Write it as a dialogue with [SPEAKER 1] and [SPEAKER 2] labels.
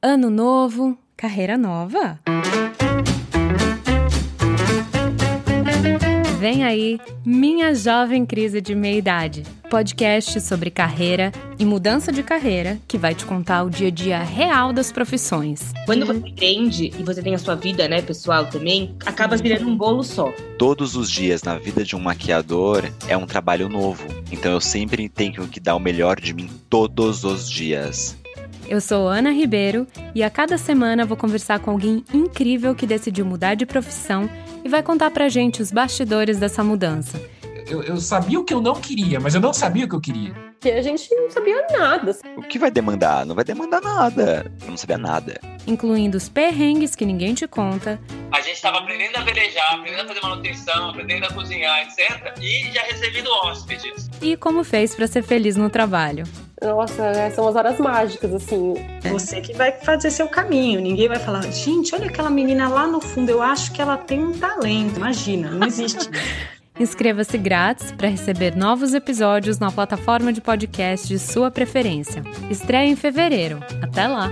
[SPEAKER 1] ano novo, carreira nova. Vem aí Minha Jovem Crise de Meia-Idade, podcast sobre carreira e mudança de carreira que vai te contar o dia a dia real das profissões.
[SPEAKER 2] Quando você empreende e você tem a sua vida, né, pessoal também, acaba virando um bolo só.
[SPEAKER 3] todos os dias na vida de um maquiador é um trabalho novo. Então eu sempre tenho que dar o melhor de mim todos os dias.
[SPEAKER 1] Eu sou Ana Ribeiro e a cada semana vou conversar com alguém incrível que decidiu mudar de profissão e vai contar pra gente os bastidores dessa mudança.
[SPEAKER 4] eu, eu sabia o que eu não queria, mas eu não sabia o que eu queria.
[SPEAKER 5] que a gente não sabia nada. assim.
[SPEAKER 3] O que vai demandar? Não vai demandar nada. Eu não sabia nada.
[SPEAKER 1] incluindo os perrengues que ninguém te conta,
[SPEAKER 6] A gente estava aprendendo a velejar, aprendendo a fazer manutenção, aprendendo a cozinhar, etc. E já recebendo hóspedes.
[SPEAKER 1] e como fez pra ser feliz no trabalho.
[SPEAKER 5] Nossa, né, são as horas mágicas, assim.
[SPEAKER 7] Você que vai fazer seu caminho. Ninguém vai falar, gente, olha aquela menina lá no fundo, eu acho que ela tem um talento. Imagina, não existe.
[SPEAKER 1] Inscreva-se grátis para receber novos episódios na plataforma de podcast de sua preferência. Estreia em fevereiro. Até lá!